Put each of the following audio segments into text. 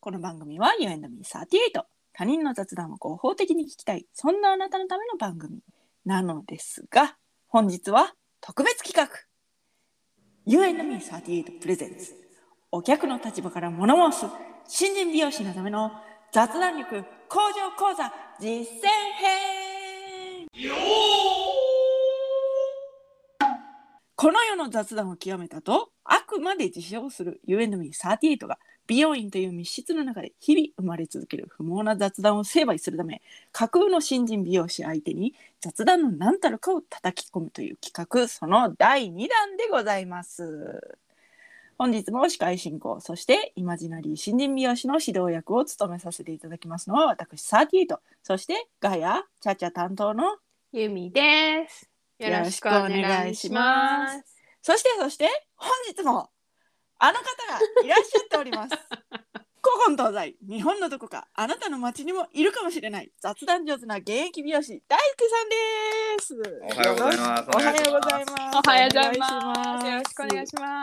この番組は You and me38 他人の雑談を合法的に聞きたいそんなあなたのための番組なのですが本日は特別企画 You and me38 プレゼンツお客の立場から物申す新人美容師のための雑談力向上講座実践編この世の雑談を極めたとあくまで自称する You and me38 が美容院という密室の中で日々生まれ続ける不毛な雑談を成敗するため架空の新人美容師相手に雑談の何たるかを叩き込むという企画その第2弾でございます本日も司会進行そしてイマジナリー新人美容師の指導役を務めさせていただきますのは私38そしてガヤチャチャ担当のゆみです。よろしくお願いします。そしてそして本日もあの方がいらっしゃっており ます古今東西日本のどこかあなたの街にもいるかもしれない雑談上手な現役美容師大輔さんですおはようございますおはようございますおはようございます。よろしくお願いすしま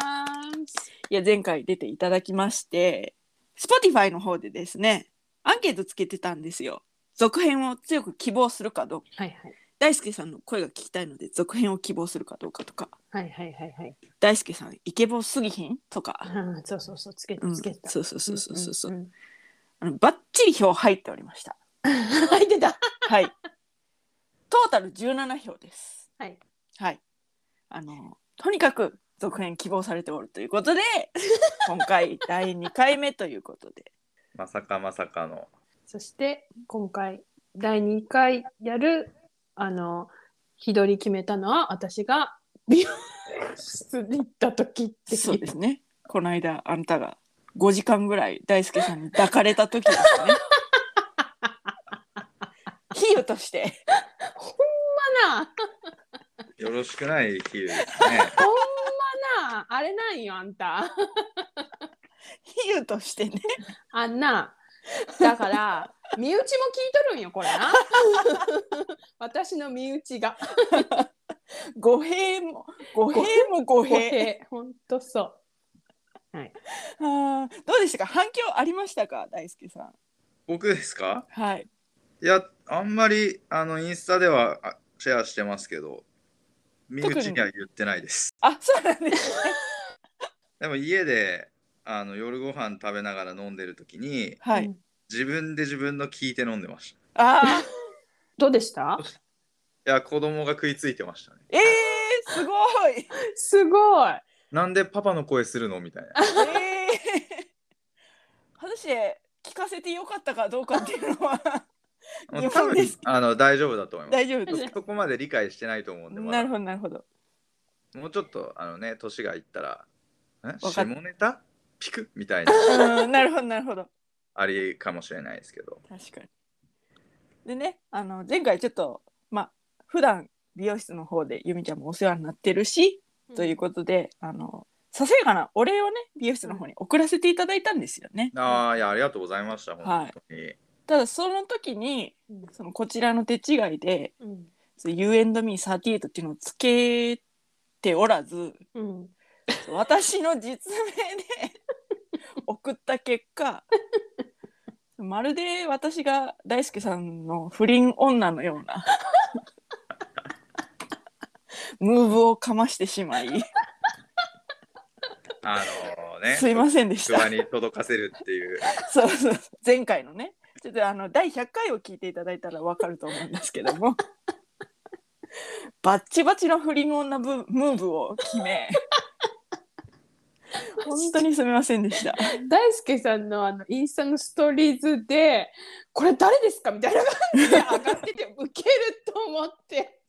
す。いや前回出ていただきまして Spotify の方でですねアンケートつけてたんですよ続編を強く希望するかどうかはいはい。大輔さんの声が聞きたいので続編を希望するかどうかとかはいはいはいはい。大輔さんイケボすぎひんとか、あーそうそうそう、つけうたん、つそうけた。そうそうそうそうそう、んんんあのバッチリ票入っておりました 入ってた。はいトータル17票ですはい。はいあのとにかく続編希望されておるという ことで今回第2回目ということでまさかまさかの。そして、今回、第2回やる、あの、日取り決めたのは、私 が美容室に行った時っていう。そうですねこの間あんたが5時間ぐらい大輔さんに抱かれた時です ね比喩として まな、よろしくない比喩ですね。 ほんまな、あれなんよ、あんた。比喩としてねあんなだから 身内も聞いとるんよこれな私の身内が語弊も語弊も語語弊弊ほんとそあーどうでしたか反響ありましたか大輔さん僕ですかはいいや、あんまりあのインスタではあシェアしてますけど、身内には言ってないです。あそうなんです ねでも家であの夜ご飯食べながら飲んでる時に、う、はういん自分で自分の聞いて飲んでましあどうでしたた。いや、子供が食いついてましたね。ーえー、すごいすごいなんでパパの声するのみたいな。えー、果たして聞かせてよかったかどうかっていうのはもう多分あの大丈夫だと思いま 大丈夫ですす。そこまで理解してないと思うんで、まだなるほどなるほ どもうちょっとあのね、年がいったら、んかっ下ネタピクみたいな。うんなるほどなるほどありかもしれないですけど。確かにでねあの前回ちょっとまあ普段美容室の方で由美ちゃんもお世話になってるしということで、あのささやかなお礼をね美容室の方に送らせていただいたんですよね。ああ、いや、ありがとうございました、本当に。ただその時にうんそのこちらの手違いでうん「You and me38」っていうのをつけておらずうん私の実名で 送った結果まるで私が大輔さんの不倫女のような ムーブをかましてしまいあの ね、すいませんでした。職場に届かせるっていう。 そうそう前回のねちょっとあの第100回を聞いていただいたらわかると思うんですけどもバッチバチの不倫女ブムーブを決め本当にすみませんでした大輔さんのあのインスタのストーリーズで「これ誰ですか?」みたいな感じで上がっててウケると思って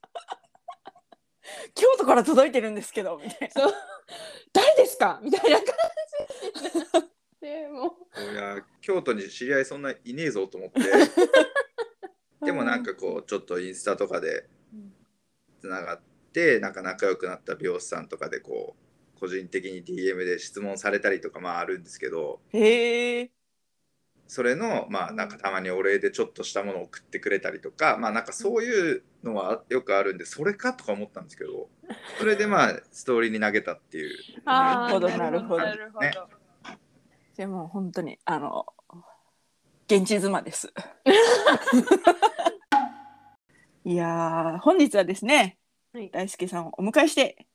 京都から届いてるんですけどみたいな「誰ですか?」みたいな感じででもういや、京都に知り合いそんないねえぞと 思って。でもなんかこう、ちょっとインスタとかでうんつながって、なんか仲良くなった美容師さんとかでこう、個人的に DM で質問されたりとか、まああるんですけど、へえそれの、まあなんかたまにお礼でちょっとしたものを送ってくれたりとか、まあなんかそういうのはよくあるんで、それかとか思ったんですけど、それでまあストーリーに投げたっていう。あーなるほどなるほどなるほどねでも本当にあの現地妻です。 いやー本日はですね、はい大輔さんをお迎えして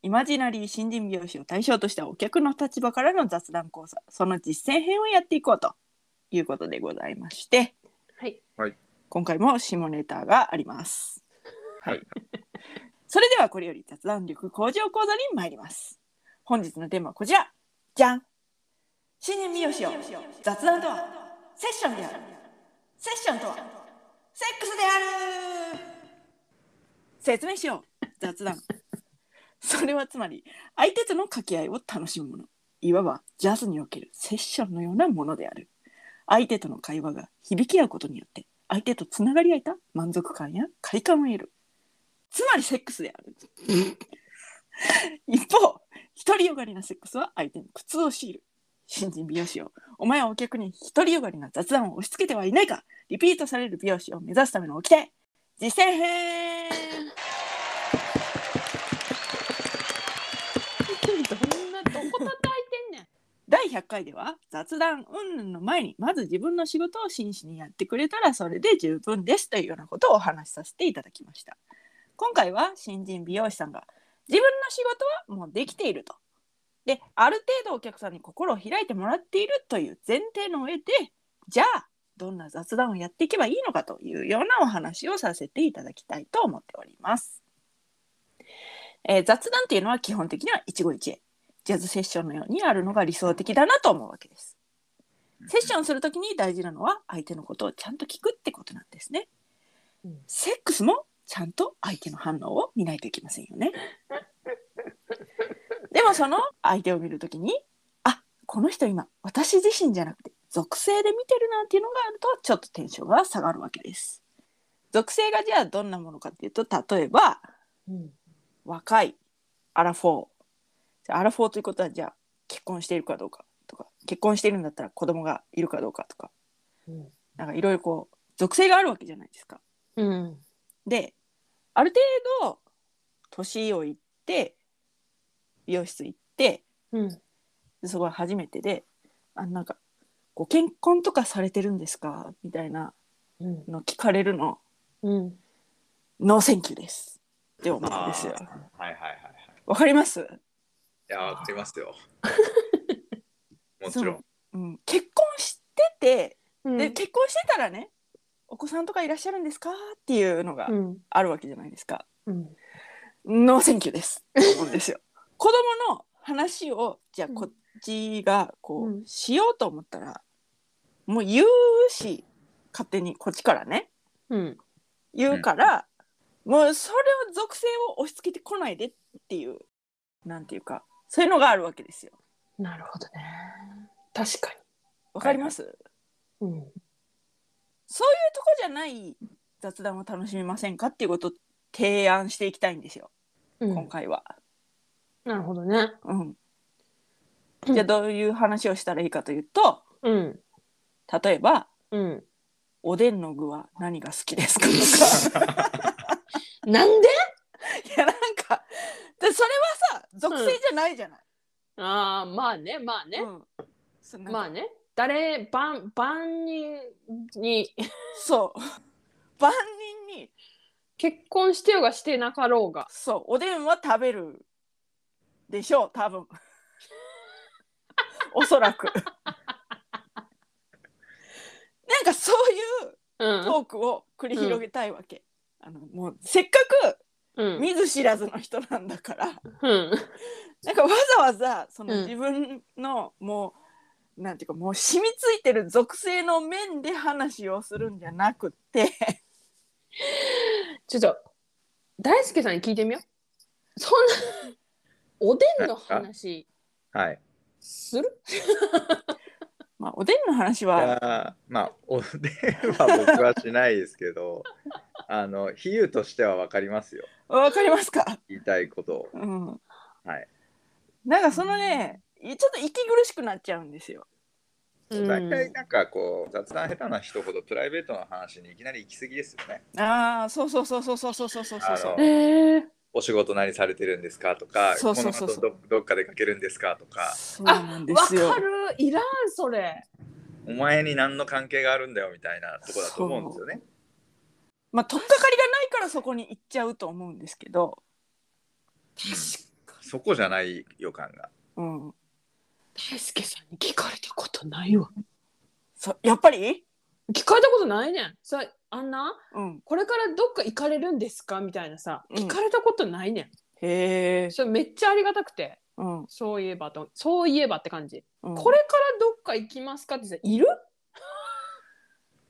イマジナリー新人美容師を対象としたお客の立場からの雑談講座その実践編をやっていこうということでございましてはい。今回も下ネタがあります。はい。それではこれより雑談力向上講座に参ります。本日のテーマはこちら。じゃん新人美容師よ雑談とはセッションである。セッションとはセックスである説明しよう。雑談。それはつまり相手との掛け合いを楽しむもの。いわばジャズにおけるセッションのようなものである。相手との会話が響き合うことによって相手とつながり合えた満足感や快感を得るつまりセックスである一方独りよがりなセックスは相手に苦痛を強いる新人美容師をお前はお客に独りよがりな雑談を押し付けてはいないかリピートされる美容師を目指すための掟実践編どんな、どこ叩いてんねん。第100回では雑談云々の前にまず自分の仕事を真摯にやってくれたらそれで十分ですというようなことをお話しさせていただきました今回は新人美容師さんが自分の仕事はもうできているとである程度お客さんに心を開いてもらっているという前提の上でじゃあどんな雑談をやっていけばいいのかというようなお話をさせていただきたいと思っております、えー雑談というのは基本的には一期一会ジャズセッションのようにあるのが理想的だなと思うわけです。セッションするときに大事なのは相手のことをちゃんと聞くってことなんですねうん。セックスもちゃんと相手の反応を見ないといけませんよ ね。でもその相手を見るときに、あこの人今私自身じゃなくて属性で見てるなっていうのがあるとちょっとテンションが下がるわけです。属性がじゃあどんなものかっていうと例えばうん。若いアラフォーじゃあアラフォーということはじゃあ結婚しているかどうかとか結婚しているんだったら子供がいるかどうかとかうんなんかいろいろこう属性があるわけじゃないですか。うん。である程度年をいって美容室行ってうん。でそこは初めてであなんか「ご結婚とかされてるんですか?」みたいなうん。の聞かれるのうん。 「ノーセンキューです」って思うんですよ。はいはいはいはい。わかりますいや、わかりますよ。もちそろのん。うん、結婚しててうん。で結婚してたらねお子さんとかいらっしゃるんですかっていうのがうん。あるわけじゃないですか。うん。ノーセンキューです。って思うんですよ 子供の話をじゃあうんこっちがこう、うんしようと思ったらもう言うし勝手にこっちからねうん。言うから、もうそれを属性を押し付けてこないでっていうなんていうかそういうのがあるわけですよ。なるほどね。確かわかります、に。うん。そういうとこじゃない雑談を楽しみませんかっていうことを提案していきたいんですよ。う今ん。回は。なるほどね。うん、うんじゃあどういう話をしたらいいかというとうん。例えばうん。 「おでんの具は何が好きですか?」と かなんでいやなんかでそれはさ属性じゃないじゃない。ああ、まあね、まあね。うんそなんかまあね。誰、万、万人に、そう万人に結婚してようがしてなかろうが。そうおでんは食べるでしょう多分 おそらくなんかそういううん。トークを繰り広げたいわけ、あのもうせっかうくん。見ず知らずの人なんだから うん。なんかわざわざそのうん自分のもう、なんていうかもう染みついてる属性の面で話をするんじゃなくて ちょっと、大輔さんに聞いてみよう。そんな、おでんの話はい。するまあおでんの話いはやまあ、おで んは僕はしないですけど、あの、比喩としてはわかりますよ。わかりますか、言いたいことを。うんはいなんかそのねちょっと息苦しくなっちゃうんですよ。うん大体なんかこう、雑談下手な人ほどプライベートの話にいきなり行き過ぎですよね。ああそうそうそうそうそうそうそうそうそうあのえー、お仕事何されてるんですかとか、そうそうそうそうこの後どどっか出かけるんですかとか。そうなんですよわか。るいらんそれお前に何の関係があるんだよみたいなとこだと思うんですよね。まあ取っかかりがないからそこに行っちゃうと思うんですけど、そこじゃない予感が。うん、大輔さんに聞かれたことないわ。そやっぱり、聞かれたことないねん。さあんなうん、これからどっか行かれるんですかみたいなさうん聞かれたことないねん。へえ、それめっちゃありがたくてうんそういえばとそういえばって感じ。うん、これからどっか行きますかってさいる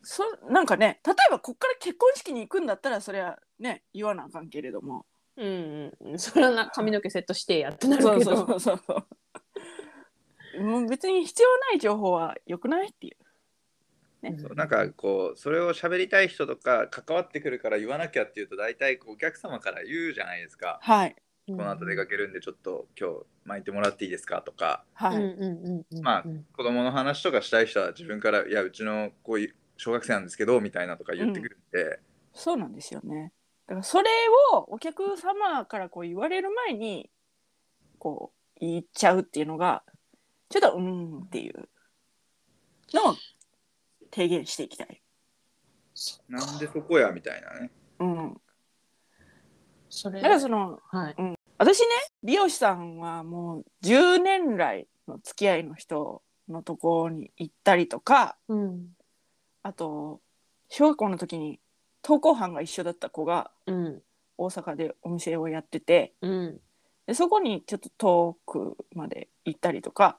そなんかね例えばこっから結婚式に行くんだったらそれはね言わなあかんけれどもうんうん、それはな髪の毛セットしてやってなるけそどうそうそうそうそうもう別に必要ない情報は良くないっていうそうなんかこうそれを喋りたい人とか関わってくるから言わなきゃっていうと大体こうお客様から言うじゃないですか。はいここの後出かけるんでちょっと今日巻いてもらっていいですかとかはい、うんうんうんうん、まあうん子供の話とかしたい人は自分から「いやうちのこういう小学生なんですけど」みたいなとか言ってくるんで、そうなんですよねだからそれをお客様からこう言われる前にこう言っちゃうっていうのがちょっとうーんっていうのを提言していきたいなんでそこやみたいなね。うんそれだからそのはい、私ね美容師さんはもう10年来の付き合いの人のところに行ったりとかうんあと小学校の時に登校班が一緒だった子がうん大阪でお店をやっててうんでそこにちょっと遠くまで行ったりとか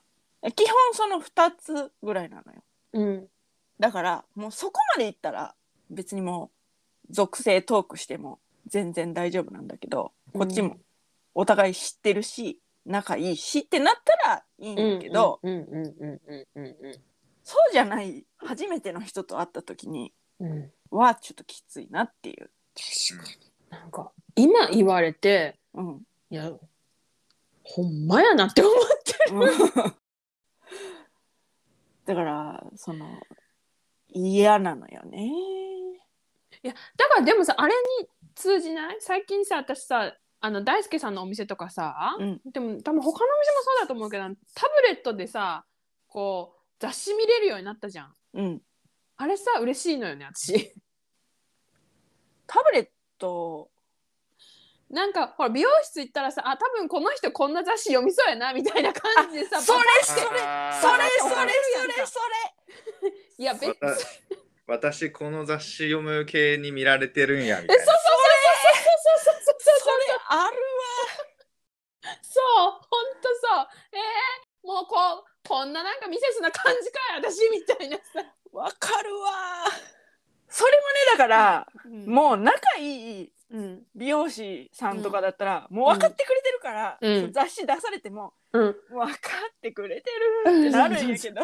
基本その2つぐらいなのようんだからもうそこまで行ったら別にもう属性トークしても全然大丈夫なんだけどこっちもお互い知ってるし仲いいしってなったらいいうんんだけど、うんうんうんうんうそうじゃない初めての人と会った時にんうんうんはちょっときついなっていう、確かになんか今言われてうん、 うんいやほんまやなって思って だからその嫌なのよねだからでもさあれに通じない最近さ私さあの大輔さんのお店とかさ、うんでも多分他のお店もそうだと思うけどタブレットでさこう雑誌見れるようになったじゃんうんあれさ嬉しいのよね私 タブレットなんかほら美容室行ったらさあ多分この人こんな雑誌読みそうやなみたいな感 じでさそれパそれあーそれそれそれそッいや別にわた私この雑誌読む系に見られてるんやみたえいそうそうそうそうそうそうそうれそれあるそう、ほんとそう。えー、もうこう、こんななんかミセスな感じかい、私みたいなさ。わかるわそれもねだから、もう仲いいうん、美容師さんとかだったら、もう分かってくれてるから、うん雑誌出されてもうん、分かってくれてるってなるんやけど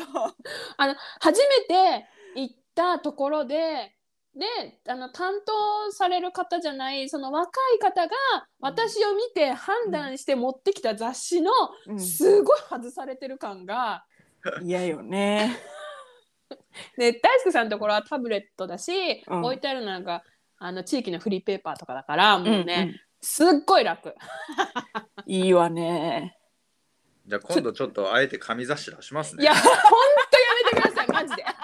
初めて行ったところで。であの担当される方じゃないその若い方が私を見て判断して持ってきた雑誌のうんすごい外されてる感が、嫌、よね。で大輔さんのところはタブレットだし、うん置いてあるのなんかあの地域のフリーペーパーとかだからもうね、うんすっごいう楽。んいいわね。じゃあ今度ちょっとあえて紙雑誌出しますねいや、ほんとやめてください、マジで。あ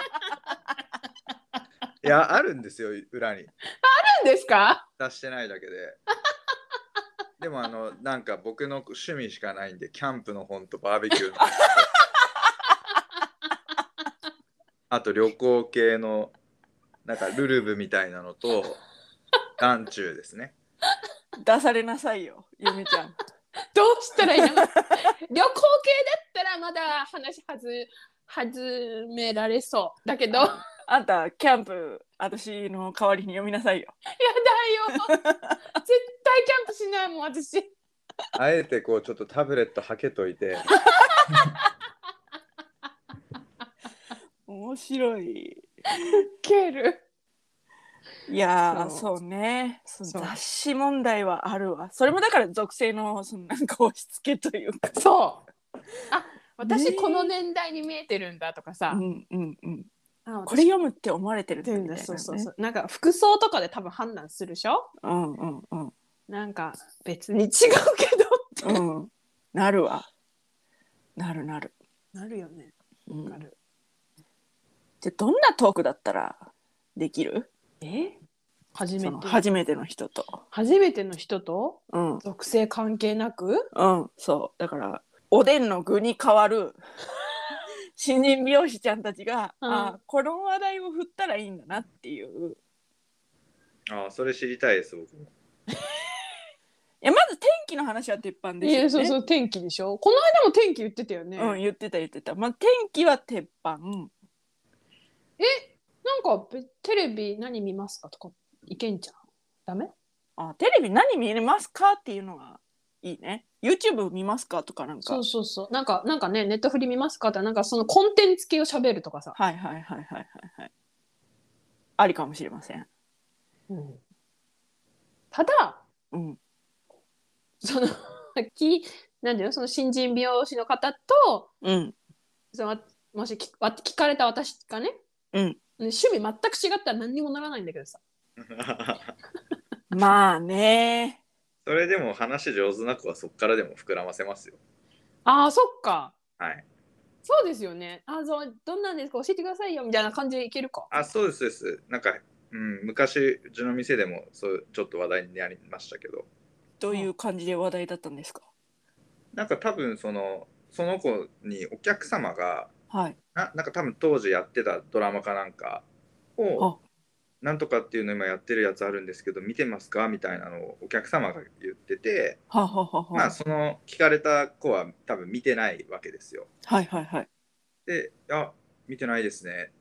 いやあるんですよ裏にるんですか出してないだけ ででもあのなんか僕の趣味しかないんでキャンプの本とバーベ キューの本あと旅行系のなんかルルブみたいなのと眼中ですね出されなさいよ、ゆみちゃん。どうした らいいの旅行系だったらまだ話はず始められそう。だけど、やだよ。あんた、キャンプ、私の代わりに読みなさいよ。 絶対キャンプしないもん、私。あえてこうちょっとタブレットはけといて面白い。ケール。いやー、そそうね。そのそう雑誌問題はあるわ。それもだから属性の、そのなんか押し付けというか。そう。あね私えこの年代に見えてるんだとかさう。んうんうん。あ私これ読むって思われてるん見だえてみたるんいな、だね。そうそうそう。なんか服装とかで多分判断するでしょうんうんうん。なんか別に違うけどって。うん。なるわ。なるなる。なるよね。うんなる。じゃあどんなトークだったらできるえ初めそての初めての人と。初めての人とうん、属性関係なくうん、そう。だから、おでんの具に変わ る新人美容師ちゃんたちが、うんあこの話題を振ったらいいんだなっていう。ああ、それ知りたいです、僕も。いや、まず天気の話は鉄板いやですそよね。うそう天気でしょこの間も天気言ってたよね、うん、言ってた言ってた。まあ、天気は鉄板。なんかべテレビ何見ますかとかいけんじゃんダメあテレビ何見れますかっていうのがいいね。YouTube 見ますかとかなんか。そうそうそうなんかなんかねネットフリ見ますかってなんかそのコンテンツ系を喋るとかさ、はいはいはいはいはいはい。ありかもしれません。ただうん。その きなんていうのその新人美容師の方とうん。そのもし聞わ聞かれた私がね、うん趣味全く違ったら何にもならないんだけどさまあね。それでも話上手な子はそこからでも膨らませますよ。あーそっかはい。そうですよねあーそうどんなんですか教えてくださいよみたいな感じでいけるかあ、そうです、そうです。なんか、うん、昔、うちの店でもそうちょっと話題になりましたけど、どういう感じで話題だったんですかなんか多分その、その子にお客様が、はい。ななんか多分当時やってたドラマかなんかあをなんとかっていうの今やってるやつあるんですけど見てますかみたいなのをお客様が言ってて、はあはあはあはまああその聞かれた子は多分見てないわけですよ。はいはいはい。で「あ見てないですね」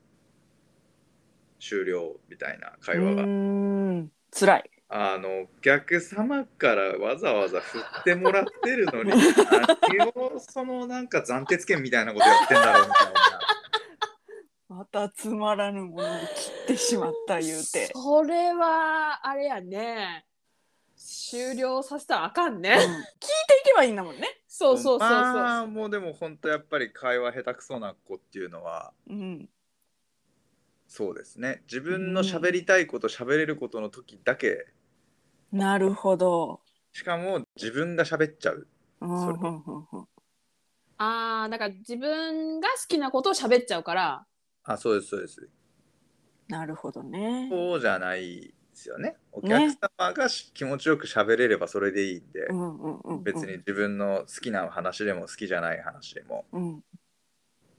終了みたいな会話が、うーん。辛い。あのお客様からわざわざ振ってもらってる のに何をそのなんか暫定権みたいなことやってんだろうみたいな。またつまらぬものを切ってしまった言うて。それはあれやね終了させたらあかんうん聞いねていけばいいんだもんね。そうそうそうそう、まあもうでも本当やっぱり会話下手くそな子っていうのはうん。そうですね自分の喋りたいこと喋れることの時だけなるほど。しかも自分が喋っちゃううんうそんれうんうんあーだから自分が好きなことを喋っちゃうからあそうですそうですなるほどね。そうじゃないですよねお客ね様がし気持ちよく喋れればそれでいいんで、うんうんうんうん。別に。自分の好きな話でも好きじゃない話でもうん。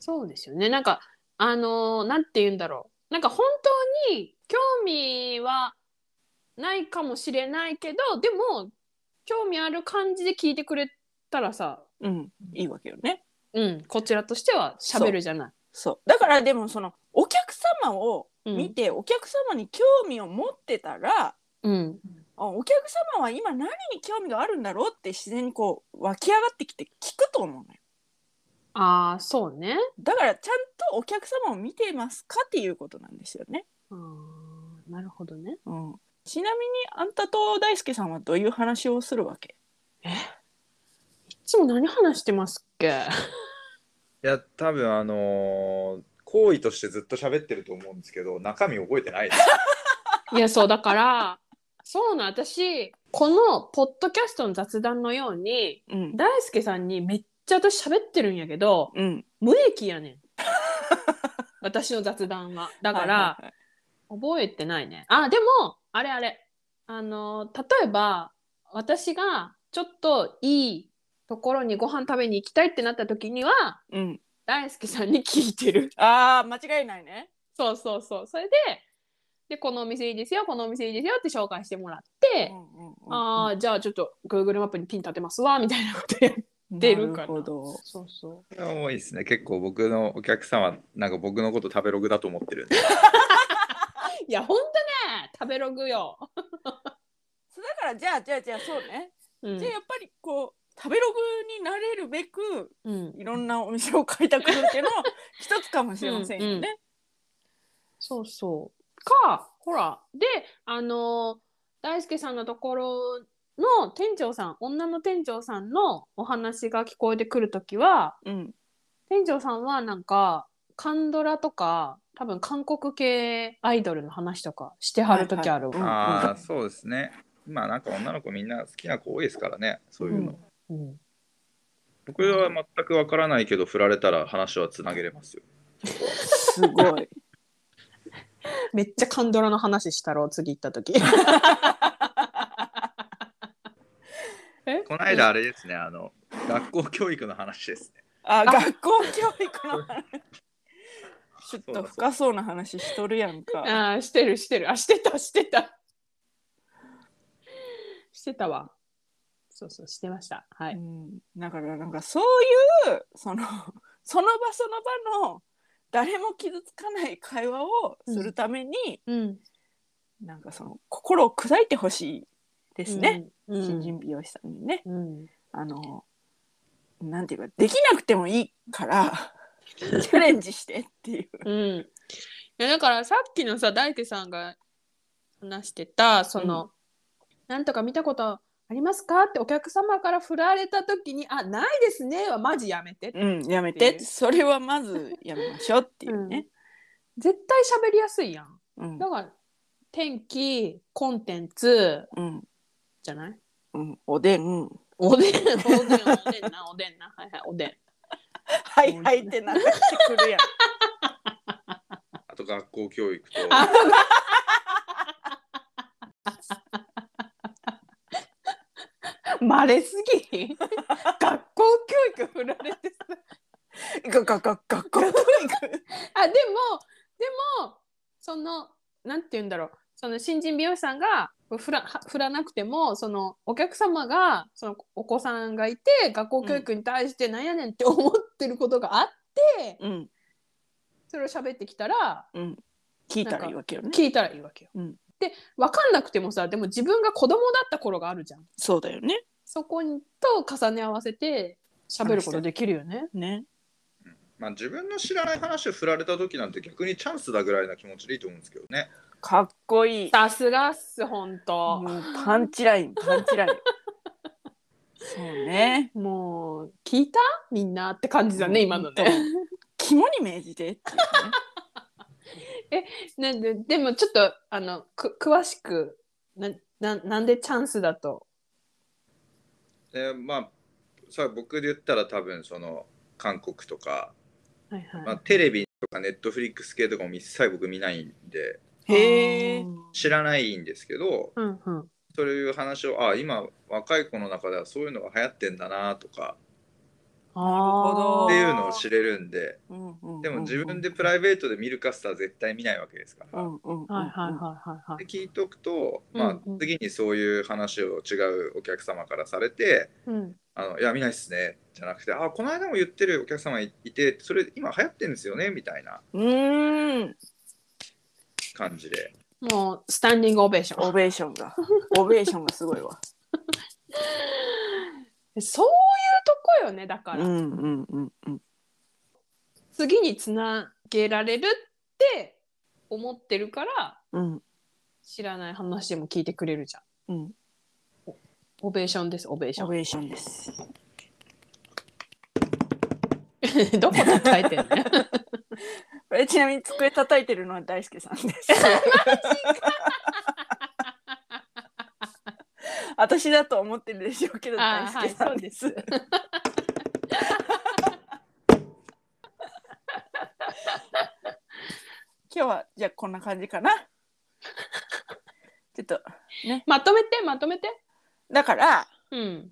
そうですよねなんかあのーなんて言うんだろうなんか本当に興味はないかもしれないけどでも興味ある感じで聞いてくれたらさ、うん。いいわけよね。うん、こちらとしては喋るじゃない。そうだからでもそのお客様をうん見て、お客様に興味を持ってたらうん、あお客様は今何に興味があるんだろうって自然にこう湧き上がってきて聞くと思うのよああそうね。だからちゃんとお客様を見てますかっていうことなんですよね、あーなるほどね。うん、ちなみにあんたと大輔さんはどういう話をするわけいつも何話してますっけ いや多分あのー行為としてずっと喋ってると思うんですけど中身覚えてない ですいやそうだからそうな私このポッドキャストの雑談のようにうん大輔さんにめっちゃ私喋ってるんやけどうん無益やねん 私の雑談はだから、はいはい覚えてないねあでもあれあれあの例えば私がちょっといいところにご飯食べに行きたいってなった時にははいうん大輔さんに聞いてる あー間違いないねそうそうそうそれででこのお店いいですよこのお店いいですよって紹介してもらっうんうて、んうんうんああじゃあちょっと Google マップにピン立てますわみたいなことやっなてるるからほどそうそうそれは多いですね結構僕のお客様なんか僕のこと食べログだと思ってるんでいやほんとね食べログよ、そうだからじゃあじゃあじゃあそうねうんじゃあやっぱりこう食べログになれるべくうん、いろんなお店を開拓するっていうのも一つかもしれませんよね。そうそう。か、ほら。で、あのー大輔さんのところの店長さん、女の店長さんのお話が聞こえてくるときは、うん、店長さんはなんか、カンドラとか、多分韓国系アイドルの話とかしてはるときあるはわ、いはいああそうですね。まあなんか女の子みんな好きな子多いですからねそういうの。うん僕は全くわからないけど振られたら話はつなげれますよ。すごい。めっちゃカンドラの話したろう次行った時えこの間あれですね、あの学校教育の話ですね。 あ、あ学校教育 の話。ちょっと深そうな話しとるやんか。あーしてるしてるあしてたしてたしてたわそうそうしてましたはういん、だからなんかそういうその その場その場の誰も傷つかない会話をするために、うんなんかその心を砕いてほしいですね、うん新人美容師さんにね。うんあのなんていうかできなくてもいいから チャレンジしてっていう。うん、いやだからさっきのさ大手さんが話してたその、なんとか見たことありますかってお客様から振られた時に「あないですね」はマジやめて、うん、やめってていうそれはまずやめましょうっていうね。絶対喋りやすいやんうんだから天気コンテンツうんじゃないうん、おでんおでんおでんおでんなおでんなはいはいおでんはいはいってなってくるやん。あと学校 教育と。あまれすぎ学校教育振られてさ ががが学校教育。あでもでもそのなんて言うんだろうその新人美容師さんが振らは振らなくてもそのお客様がそのお子さんがいて学校教育に対してなんやねんって思ってることがあって、うんそれを喋ってきたらうん。聞いたらいいわけよね。聞いたらいいわけよ。うんで分かんなくてもさでも自分が子供だった頃があるじゃん。そうだよね。そこにと重ね合わせて喋ることできるよね。ね。まあ、自分の知らない話を振られた時なんて逆にチャンスだぐらいな気持ちでいいと思うんですけどね。かっこいい。さすがっす本も当。うパンチライン、パンチ ライン。そうね。もう聞いたみんなって感じだね今のね。肝に銘じてっていうね。ね、ででもちょっとあのく詳しくなななんでチャンスだと。でまあさ僕で言ったら多分その韓国とか、はいはいまあ、テレビとかネットフリックス系とかも一切僕見ないんでへえ。知らないんですけどうんうんそういう話をあ今若い子の中ではそういうのが流行ってんだなとかほどっていうのを知れるんでうんうんうんでも自分でプライベートで見るカスター絶対見ないわけですから。うんうんうんうん。はいはいはいはいはでい。聞いとくと、うまんうんあ、次にそういう話を違うお客様からされてうん「あのいや見ないっすね」じゃなくて「あこの間も言ってるお客様いいてそれ今流行ってるんですよね」みたいなうーん。感じでもうスタンディングオベーショオン。ベーションが。オベーションがすごい わ。そういうとこよねだうかんら、うんうんうん。次につなげられるって思ってるからうん知らない話でも聞いてくれるじゃうん。ん。オベーションですオベーシオョベーションです。ン。 どこ叩いてんのえちなみに机叩いてるのは大輔さんです。 私だと思ってるでしょうけどあ大輔ーはいさんです。そうで 今日はじゃあこんな感じかな。ちょっとまとめてまとめて。だからうん。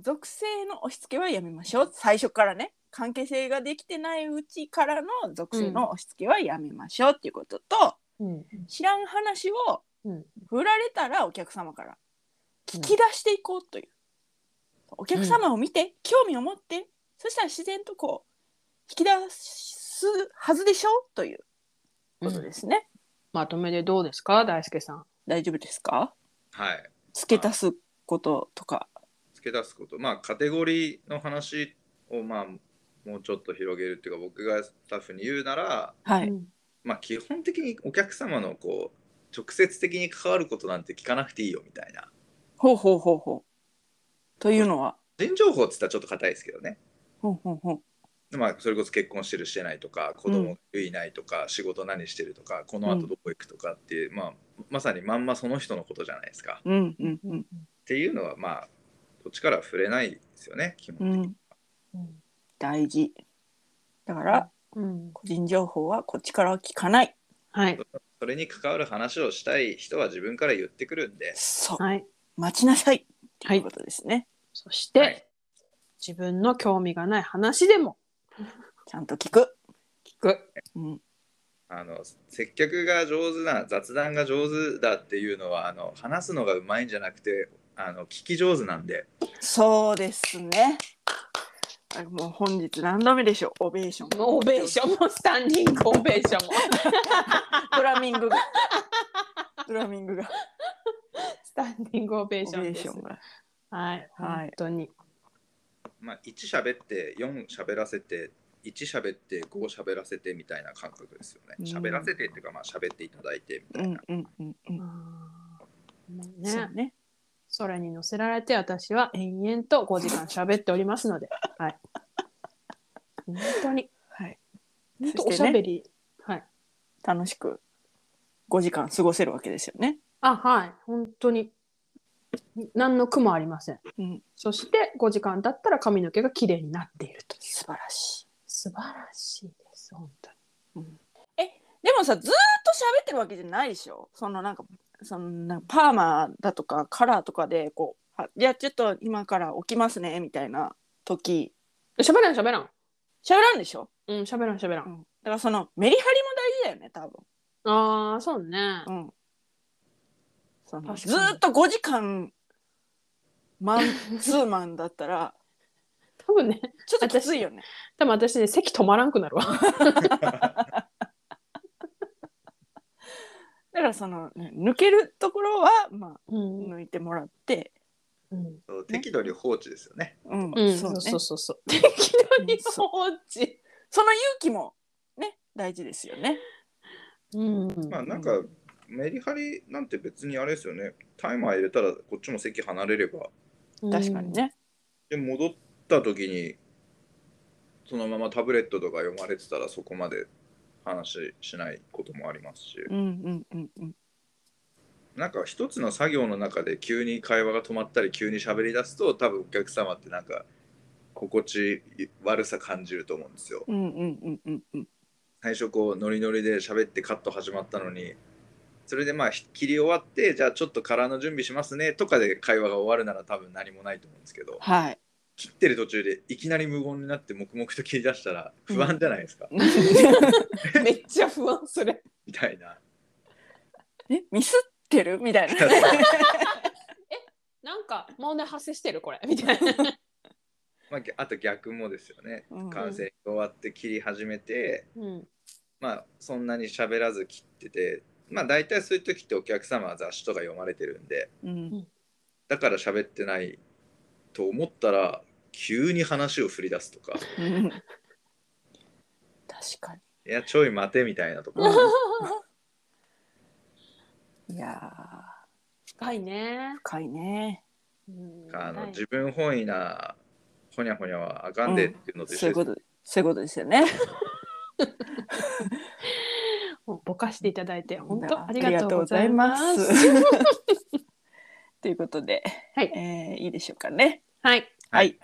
属性の押し付けはやめましょう。最初からね関係性ができてないうちからの属性の押し付けはやめましょうっていうことと。うん。知らん話をうん振られたらお客様から聞き出していこうという、お客様を見て、興味を持ってそしたら自然とこう引き出すはずでしょうということですね、まとめでどうですか大輔さん。大丈夫ですかはい付け足すこととか付け出すことまあカテゴリーの話をまあもうちょっと広げるっていうか僕がスタッフに言うならはい、うんまあ基本的にお客様のこう直接的に関わることなんて聞かなくていいよみたいなほうほうほうほうというのは個人情報っつったらちょっと硬いですけどねほうほうほうまあ、それこそ結婚してるしてないとか子供いないとか、仕事何してるとかこのあとどこ行くとかっていう、まあ、まさにまんまその人のことじゃないですか。っうんうんうんていうのはまあこっちからは触れないですよね基う本的に。ん大事だからうん。個人情報はこっちからは聞かないはい。それに関わる話をしたい人は自分から言ってくるんで、そうはい。待ちなさいっていうことですね、そして、はい自分の興味がない話でもちゃんと聞く、聞く。うん、あの接客が上手な雑談が上手だっていうのはあの話すのがうまいんじゃなくてあの聞き上手なんでそうですねあもう本日何度目でしょうオベーションもうオベーションもスタンディングオベーションもドラミング がドラミングがスタンディングオベーオシベョンーですション。がはい、はい本当に。まあ、1喋って4喋らせて1喋って5喋らせてみたいな感覚ですよね。うん喋らせてっていうか、まあ、喋っていただいてみうたいんな。うんうんうん、もうそねう、ね空に乗せられて私は延々と5時間喋っておりますので、 はい。本当に、はい本当そおししてねゃべり、はい。楽しく5時間過ごせるわけですよねあ、はい、本当に。何の苦もありません。うんそして5時間経ったら髪の毛が綺麗になっていると。素晴らしい素晴らしいです、本当に。でもさずーっと喋ってるわけじゃないでしょそのなんかそのなんかパーマだとかカラーとかでこうは「じゃあちょっと今から起きますね」みたいな時喋らん、喋らん。喋らんでしょ、うん、喋らん、喋ら。うんん、だからそのメリハリも大事だよね多分。ああ、そうね。うん、その確かずにーっと5時間マンツーマンだったら多分ね、ちょっときついよね。多分私ね、席止まらんくなるわ。だからそのね抜けるところは、まあ、うん。抜いてもらって、うんそう適度に放置ですよね。うんうん、そそううねそうそうそう。適う度んにそ放置。その勇気もね大事ですよね。うん。まあなんかメリハリなんて別にあれですよね。タイマー入れたらこっちも席離れれば。確かに。ね。で戻った時にそのままタブレットとか読まれてたらそこまで話しないこともありますし。うんうんうんうん。なんか一つの作業の中で急に会話が止まったり急に喋り出すと多分お客様ってなんか心地悪さ感じると思うんですよ。うんうんうんうんうん。最初こうノリノリで喋ってカット始まったのにそれでまあひ切り終わってじゃあちょっと空の準備しますねとかで会話が終わるなら多分何もないと思うんですけどはい。切ってる途中でいきなり無言になって黙々と切り出したら不安じゃないですか、 めっちゃ不安それ。みたいな。えミスってるみたいな。なんか問題発生してるこれみたいな。まあ、ぎあと逆もですよねうん完成が終わって切り始めて、うん。まあそんなに喋らず切っててまあ大体そういう時ってお客様は雑誌とか読まれてるんでうんだから喋ってないと思ったら急に話を振り出すとかうん確か「いやちょい待て」みたいなとこうんろに。いや 深いねー。深いね。うんあのはい自分本位なほにゃほにゃはあかんでっていうのと一そうい緒うです、ことそういうことですよね。もうぼかしていただいて本あ当ありがとうございます。りがとうございますということで、はいえーいいでしょうかね。はい。はい。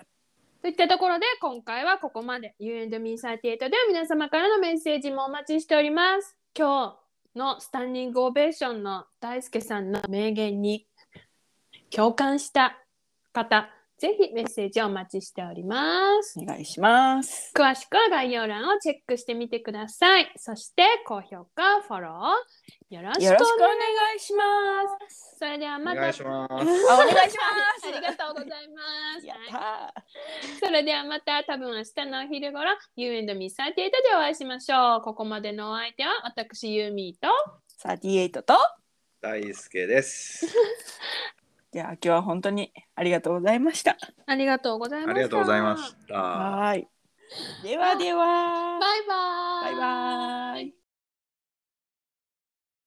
といったところで今回はここまで You and me38 では皆様からのメッセージもお待ちしております。今日のスタンディングオベーションの大輔さんの名言に共感した方、ぜひメッセージをお待ちしております。お願いします。詳しくは概要欄をチェックしてみてください。そして高評価、フォローよろしくおよ願ろしくお願いいします。それではおまた。。願いします。 あお願いしますありがとうございます。やはいったー。それではまた多分明日のお昼頃 You and me38 でお会いしましょう。ここまでのお相手は私ユーミーと38と大輔です。じゃあ今日は本当にありがとうございました。ありがとうございました。ありがとうございまし。た。はーい。ではでは。バイババイ。イバイ。